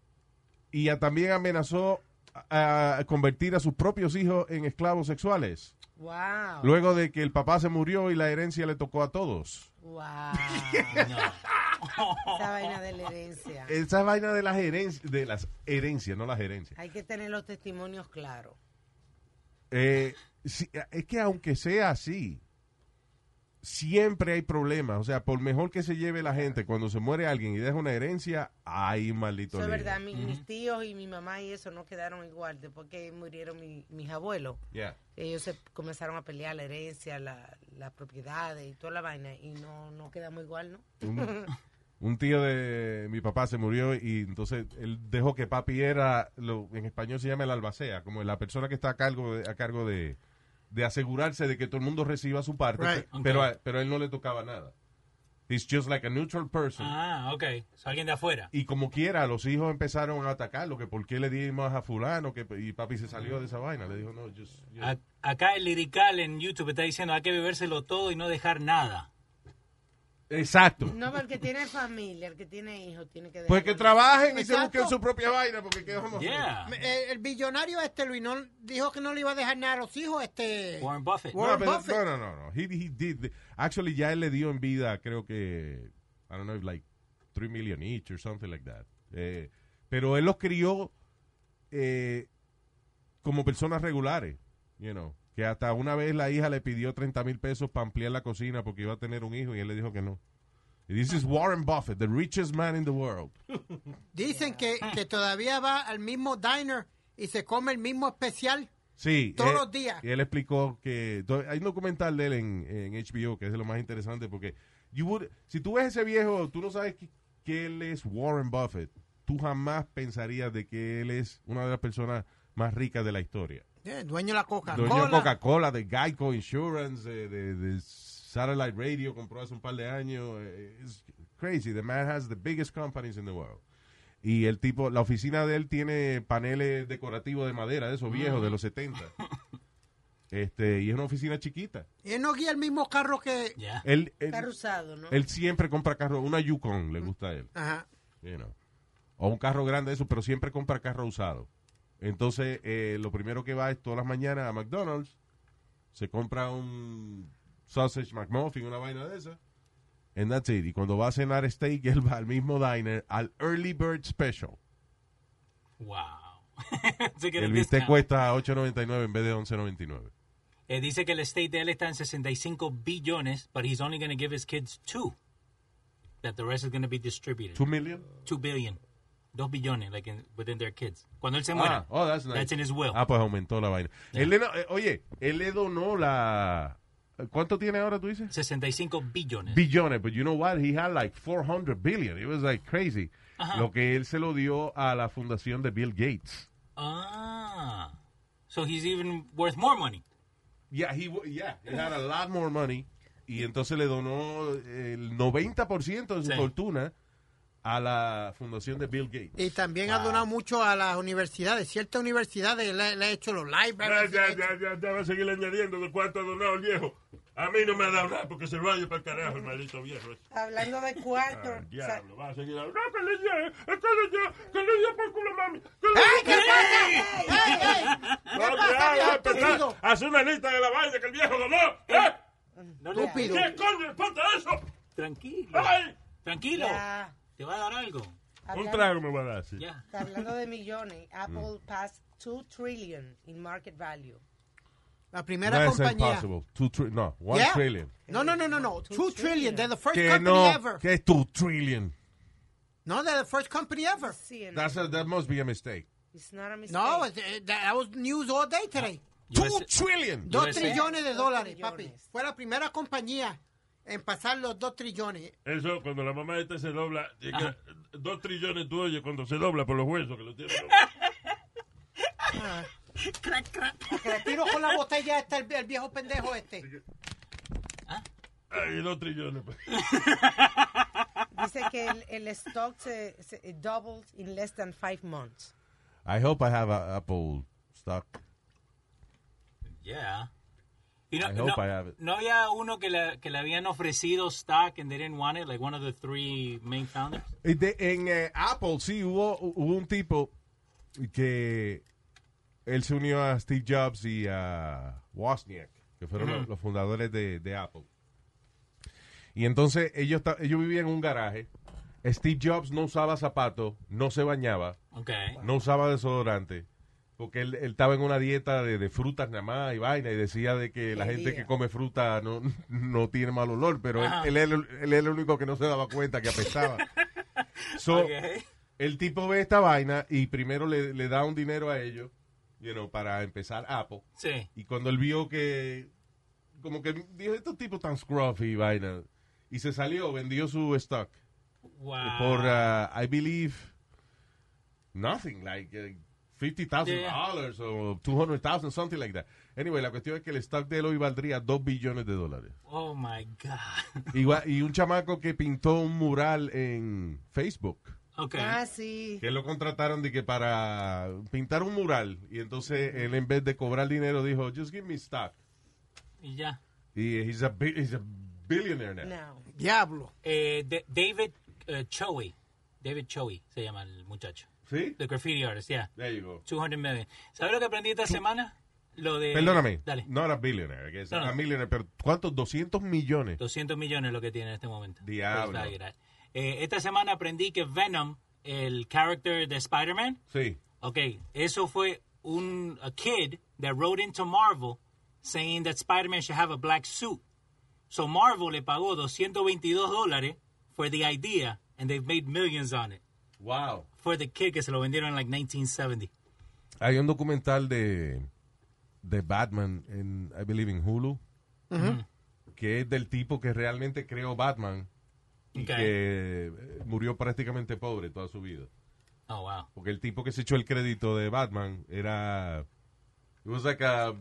y a- también amenazó a a convertir a sus propios hijos en esclavos sexuales. Wow. Luego de que el papá se murió y la herencia le tocó a todos. Wow. Esa vaina de la herencia. Esa vaina de las herencias, de las herencias, no las herencias. Hay que tener los testimonios claros. Eh, sí, es que aunque sea así, siempre hay problemas. O sea, por mejor que se lleve la gente, cuando se muere alguien y deja una herencia, hay maldito Eso es lío. verdad. mi- Mis tíos y mi mamá y eso no quedaron igual después que murieron mi- mis abuelos. Yeah. Ellos se comenzaron a pelear la herencia, la- las propiedades y toda la vaina. Y no, no quedamos igual, ¿no? un, un tío de mi papá se murió y entonces él dejó que papi era, lo, en español se llama el albacea, como la persona que está a cargo de, a cargo de, de asegurarse de que todo el mundo reciba su parte, Right. pe- pero, a, pero a él no le tocaba nada. He's just like a neutral person. Ah, ok. So, alguien de afuera. Y como quiera, los hijos empezaron a atacarlo, que por qué le dimos a fulano, que, y papi se salió de esa vaina, le dijo, no, just- just- A- acá el lirical en YouTube está diciendo hay que bebérselo todo y no dejar nada. Exacto. No, porque tiene familia, el que tiene hijos tiene que... Pues que dejarlo. trabajen y se Exacto. busquen su propia vaina, porque qué vamos a hacer? Yeah. Me- El, el billonario este, Luis, no, dijo que no le iba a dejar nada a los hijos. Este, Warren Buffett. No, Warren pero- Buffett. no, no, no, no. He, he did. the- Actually, ya él le dio en vida, creo que, I don't know, like 3 million each or something like that. Eh, pero él los crió eh, como personas regulares, you know. Que hasta una vez la hija le pidió 30 mil pesos para ampliar la cocina porque iba a tener un hijo y él le dijo que no. Y this is Warren Buffett, the richest man in the world. Dicen que, que todavía va al mismo diner y se come el mismo especial. Sí. Todos eh, los días. Y él explicó que to- hay un documental de él en, en HBO que es de lo más interesante porque you would- si tú ves ese viejo, tú no sabes que, que él es Warren Buffett. Tú jamás pensarías de que él es una de las personas más ricas de la historia. Eh, dueño de la Coca-Cola. Dueño de Coca-Cola, de Geico Insurance, eh, de, de Satellite Radio, compró hace un par de años. eh, It's crazy. The man has the biggest companies in the world. Y el tipo, la oficina de él tiene paneles decorativos de madera, de esos viejos, de los 70. Este, y es una oficina chiquita. Y él no guía el mismo carro que. Yeah. Él, él, Carro usado, ¿no? él siempre compra carro, una Yukon le gusta a él Ajá. you know. o un carro grande eso, pero siempre compra carro usado. Entonces, eh, lo primero que va es todas las mañanas a McDonald's, se compra un sausage McMuffin, una vaina de esa, and that's it. Y cuando va a cenar steak, él va al mismo diner, al Early Bird Special. Wow. Se queda El en bistec discount. cuesta 8.99 en vez de 11.99. Eh, dice que el estate de él está en 65 billones, but he's only going to give his kids two. That the rest is going to be distributed. ¿2 million? Two billion. Dos billones, like in- within their kids. Cuando él se Ah, muera. oh, that's nice. in his will. Ah, pues aumentó la vaina. Él le do- eh, oye, él le donó la... ¿Cuánto tiene ahora, tú dices? 65 billones. billones, but you know what? He had like 400 billion. It was like crazy. Lo que él se lo dio a la fundación de Bill Gates. ah. So he's even worth more money. Yeah, he, wa- yeah, he had a lot more money. Y entonces le donó eh, el 90% de su Sí. fortuna a la fundación de Bill Gates. Y también Ah. ha donado mucho a las universidades. Ciertas universidades le, le ha hecho los Ya, libraries. ya, ya, ya, ya va a seguir añadiendo de cuánto ha donado el viejo. A mí no me ha dado nada porque se vaya para el carajo el maldito viejo. ese. Hablando de cuarto... Ah, Al o sea, diablo, va a seguir hablando. No, que le lleve, eh, que le lleve, que le lleve por culo, mami. Que le ¡Ey, qué lleve. pasa! ¡Ey, ey! No, ¿Qué que pasa, haga, viejo empezar estúpido? a hacer una lista de la vaina que el viejo donó. ¿eh? Estúpido. ¿Qué coño le falta eso? Tranquilo. ¡Ay! Tranquilo. Ya. Te va a dar algo. Un hablando- trago me va a dar, sí. Ya. Hablando de millones, Mm. Apple passed 2 trillion in market value. La primera That's compañía. impossible. Two tri- no, one Yeah. trillion. No, no, no, no, no. Two trillion. They're the first Que company no, ever. que es two trillion. No, they're the first company ever. Sí, en- That's a- that must be a mistake. it's not a mistake. No, pues, it- it- that was news all day today. Two USA trillion. Dos USA. trillones de Dos dólares, trillones. papi. Fue la primera compañía en pasar los dos trillones. Eso, cuando la mamá esta se dobla, diga, Ajá. dos trillones tú oyes cuando se dobla por los huesos que lo tiene. Crack, crack. Que le tiro con la botella está el, el viejo pendejo este. Ay, dos trillones. pues. Dice que el, el stock se, se it doubles in less than five months. I hope I have a Apple stock. Yeah. You know, I hope no, I have it. no había uno que le, que le habían ofrecido stock and they didn't want it, like one of the three main founders. Y de- en eh, Apple, sí, hubo, hubo un tipo que él se unió a Steve Jobs y a Wozniak, que fueron los, los fundadores de, de Apple. Y entonces ellos, ta- ellos vivían en un garaje. Steve Jobs no usaba zapatos, no se bañaba, Okay. no usaba desodorante, porque él, él estaba en una dieta de, de frutas nada más y vaina, y decía de que la Qué gente lío. que come fruta no, no tiene mal olor, pero Ajá. él, él, él- él era el único que no se daba cuenta que apestaba. So, Okay. el tipo ve esta vaina y primero le, le da un dinero a ellos, you know, para empezar Apple. Sí. Y cuando él vio que, como que dijo, estos tipos tan scruffy y vaina, y se salió, vendió su stock Wow. por, uh, I believe, nothing, like uh, $50,000 o $200,000, something like that. Anyway, la cuestión es que el stock de él hoy valdría 2 billones de dólares. oh my God. Igual- y un chamaco que pintó un mural en Facebook. Okay. Ah, sí. Que lo contrataron de que para pintar un mural. Y entonces él en vez de cobrar dinero dijo, just give me stock. Y ya. Y he's a, bi- he's a billionaire now. No. Diablo. Eh, de- David eh, Choi. David Choi se llama el muchacho. ¿Sí? The graffiti artist, yeah. There you go. 200 million. ¿Sabes lo que aprendí esta semana? Lo de... Perdóname. Eh, Dale. No era billionaire. que es No, no. a millionaire. Pero ¿cuántos? 200 millones. 200 millones lo que tiene en este momento. Diablo. Volkswagen. Eh, esta semana aprendí que Venom, el character de Spider-Man, Sí. ok, eso fue un a kid that wrote into Marvel saying that Spider-Man should have a black suit. So Marvel le pagó 222 dólares for the idea and they've made millions on it. Wow. For the kid que se lo vendieron en like 1970. Hay un documental de, de Batman en, I believe, en Hulu. Que es del tipo que realmente creó Batman. Y Ok. que eh, murió prácticamente pobre toda su vida. Oh, wow. Porque el tipo que se echó el crédito de Batman era. It was like a.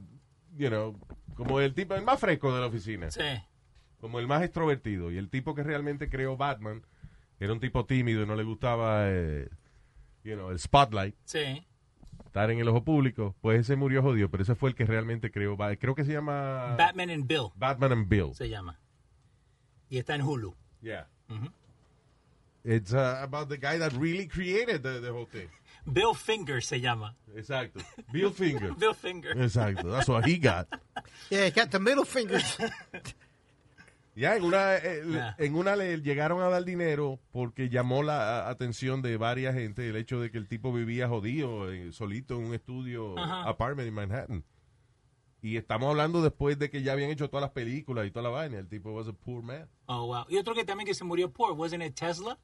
You know, como el tipo, el más fresco de la oficina. Sí. Como el más extrovertido. Y el tipo que realmente creó Batman era un tipo tímido y no le gustaba. eh, you know, el spotlight. Sí. Estar en el ojo público. Pues ese murió jodido. Pero ese fue el que realmente creó Batman. Creo que se llama. Batman and Bill Batman and Bill. se llama. Y está en Hulu. Yeah. It's uh, about the guy that really created the, the whole thing. Bill Finger se llama. Exacto. Bill Finger. Bill Finger. Exacto. That's what he got. Yeah, he got the middle fingers. Ya, en una, eh, Nah. en una le llegaron a dar dinero porque llamó la a- atención de varias gente el hecho de que el tipo vivía jodido, eh, solito en un estudio, Ajá. apartment en Manhattan. Y estamos hablando después de que ya habían hecho todas las películas y toda la vaina. El tipo was a poor man. Oh, wow. Y otro que también que se murió por, wasn't it Tesla?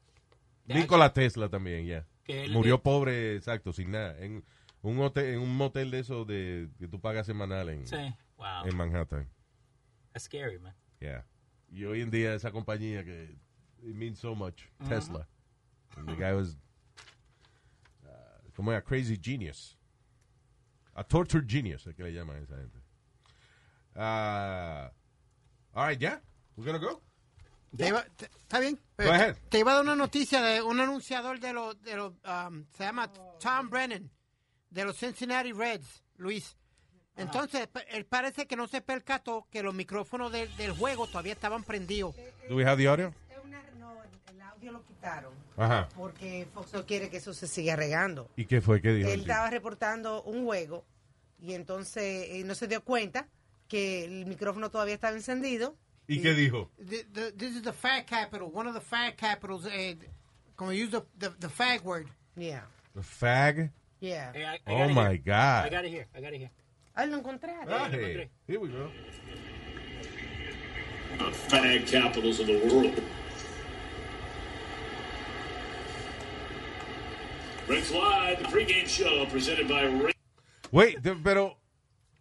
De- Nikola Tesla también, ya. Que él- Murió pobre, exacto, sin nada. En un, hotel, en un motel de esos de, que tú pagas semanal en, Sí. Wow. en Manhattan. That's scary, man. Yeah. Y hoy en día esa compañía que it means so much, Tesla. And the guy was uh, como era crazy genius. A tortured genius, es que le llaman a esa gente. Ah, all right, yeah. We're gonna go. Te iba- te- ¿Está bien? Eh, Go ahead. Te iba a dar una noticia de un anunciador de los, de los um, se llama Tom Brennan, de los Cincinnati Reds, Luis. Entonces, pa- él parece que no se percató que los micrófonos del, del juego todavía estaban prendidos. Do we have the audio? No, el audio lo quitaron Ajá. porque Fox no quiere que eso se siga regando. ¿Y qué fue que dijo? Él el tipo? estaba reportando un juego y entonces eh, no se dio cuenta que el micrófono todavía estaba encendido. ¿Y qué dijo? The- the- this is the fag capital, one of the fag capitals, eh, como use the, the, the fag word. Yeah, The fag. yeah. Hey, I- I Oh got it my here. I God. got it here. I got it here. Ay, lo encontraron. Hey, here we go. fag capitals of the world. Reds Live, the pregame show presented by Red. Wait, de- pero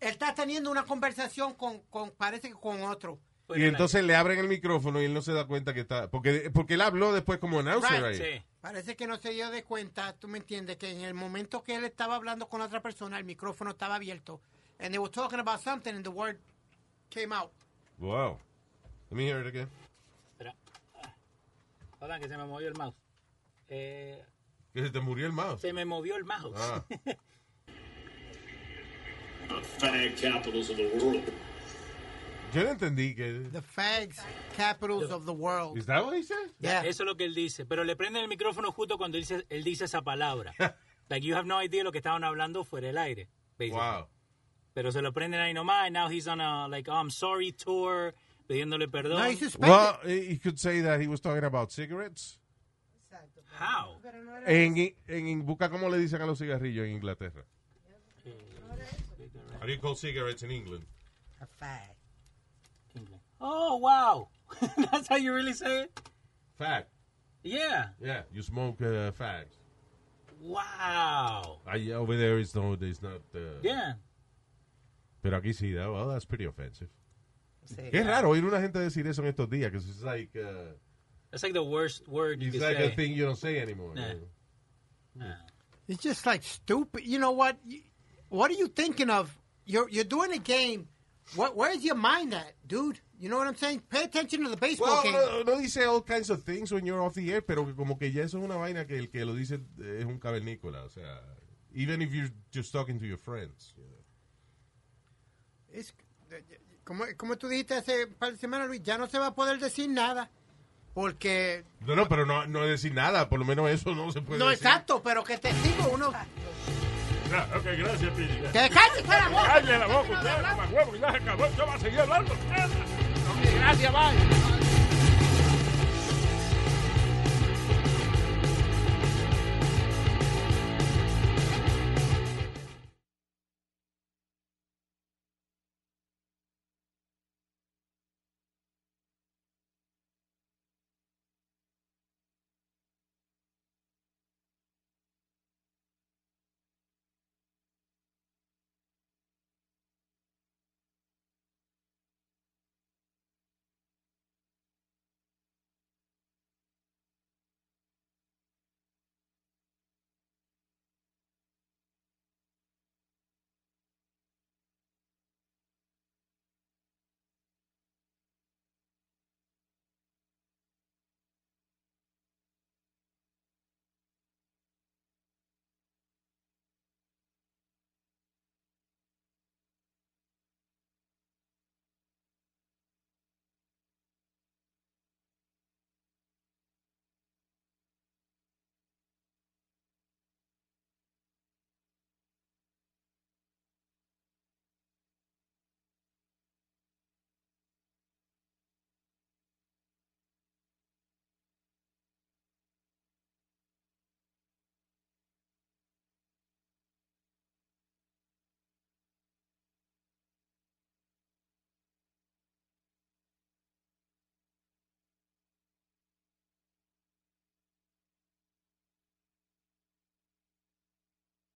Él está teniendo una conversación con, con parece que con otro. después. Y del entonces le abren el micrófono y él no se da cuenta que está. Porque, porque él habló después como announcer Right, ahí. aire. Sí. Parece que no se dio de cuenta, tú me entiendes, que en el momento que él estaba hablando con otra persona, el micrófono estaba abierto. And they were talking about something and the word came out. Wow. Let me hear it again. Espera. Hola, que se me movió el mouse. Eh, Que se te murió el mouse. se me movió el mouse. Ah. The fag capitals of the world. Yo no entendí que. The fags, capitals of the world. ¿Is that what he said? Yeah. Eso es lo que él dice. Pero le prenden el micrófono justo cuando dice, él dice esa palabra. like, you have no idea lo que estaban hablando fuera del aire. basically. Wow. Pero se lo prenden ahí nomás. And now he's on a, like, oh, I'm sorry tour, pidiéndole perdón. No, he's suspended. Well, he could say that he was talking about cigarettes. Exacto. How? Pero no era, En, en, en busca cómo le dicen a los cigarrillos en Inglaterra. How do you call cigarettes in England? a fact. Oh, wow. That's how you really say it? Fag. Yeah. Yeah, you smoke uh, fags. Wow. I, over there is no, there's not. Uh, Yeah. Pero aquí sí, that- well, that's pretty offensive. Sí. Qué raro oír una gente decir eso en estos días, que it's like, uh, That's like the worst word you it's could like say. a thing you don't say anymore. Yeah. you It's just like stupid. You know what? You- What are you thinking of? You're you're doing a game. What? Where's your mind at, dude? You know what I'm saying? Pay attention to the know. baseball Well, uh, game. no, no dice all kinds of things when you're off the air, pero que como que ya eso es una vaina que el que lo dice eh, es un cavernícola, o sea, even if you're just talking to your friends. you know. Es- como, como tú dijiste hace par de semanas, Luis, ya no se va a poder decir nada. Porque. No, no, pero no, no decir nada, por lo menos eso no se puede No, Pues decir. exacto, pero que te sigo uno. Ya, ok, gracias, Piri. Ya. ¡Que calles la boca! Calle la boca, usted, mamá huevo, ya se acabó. Yo voy a seguir hablando. Ok, gracias, bye.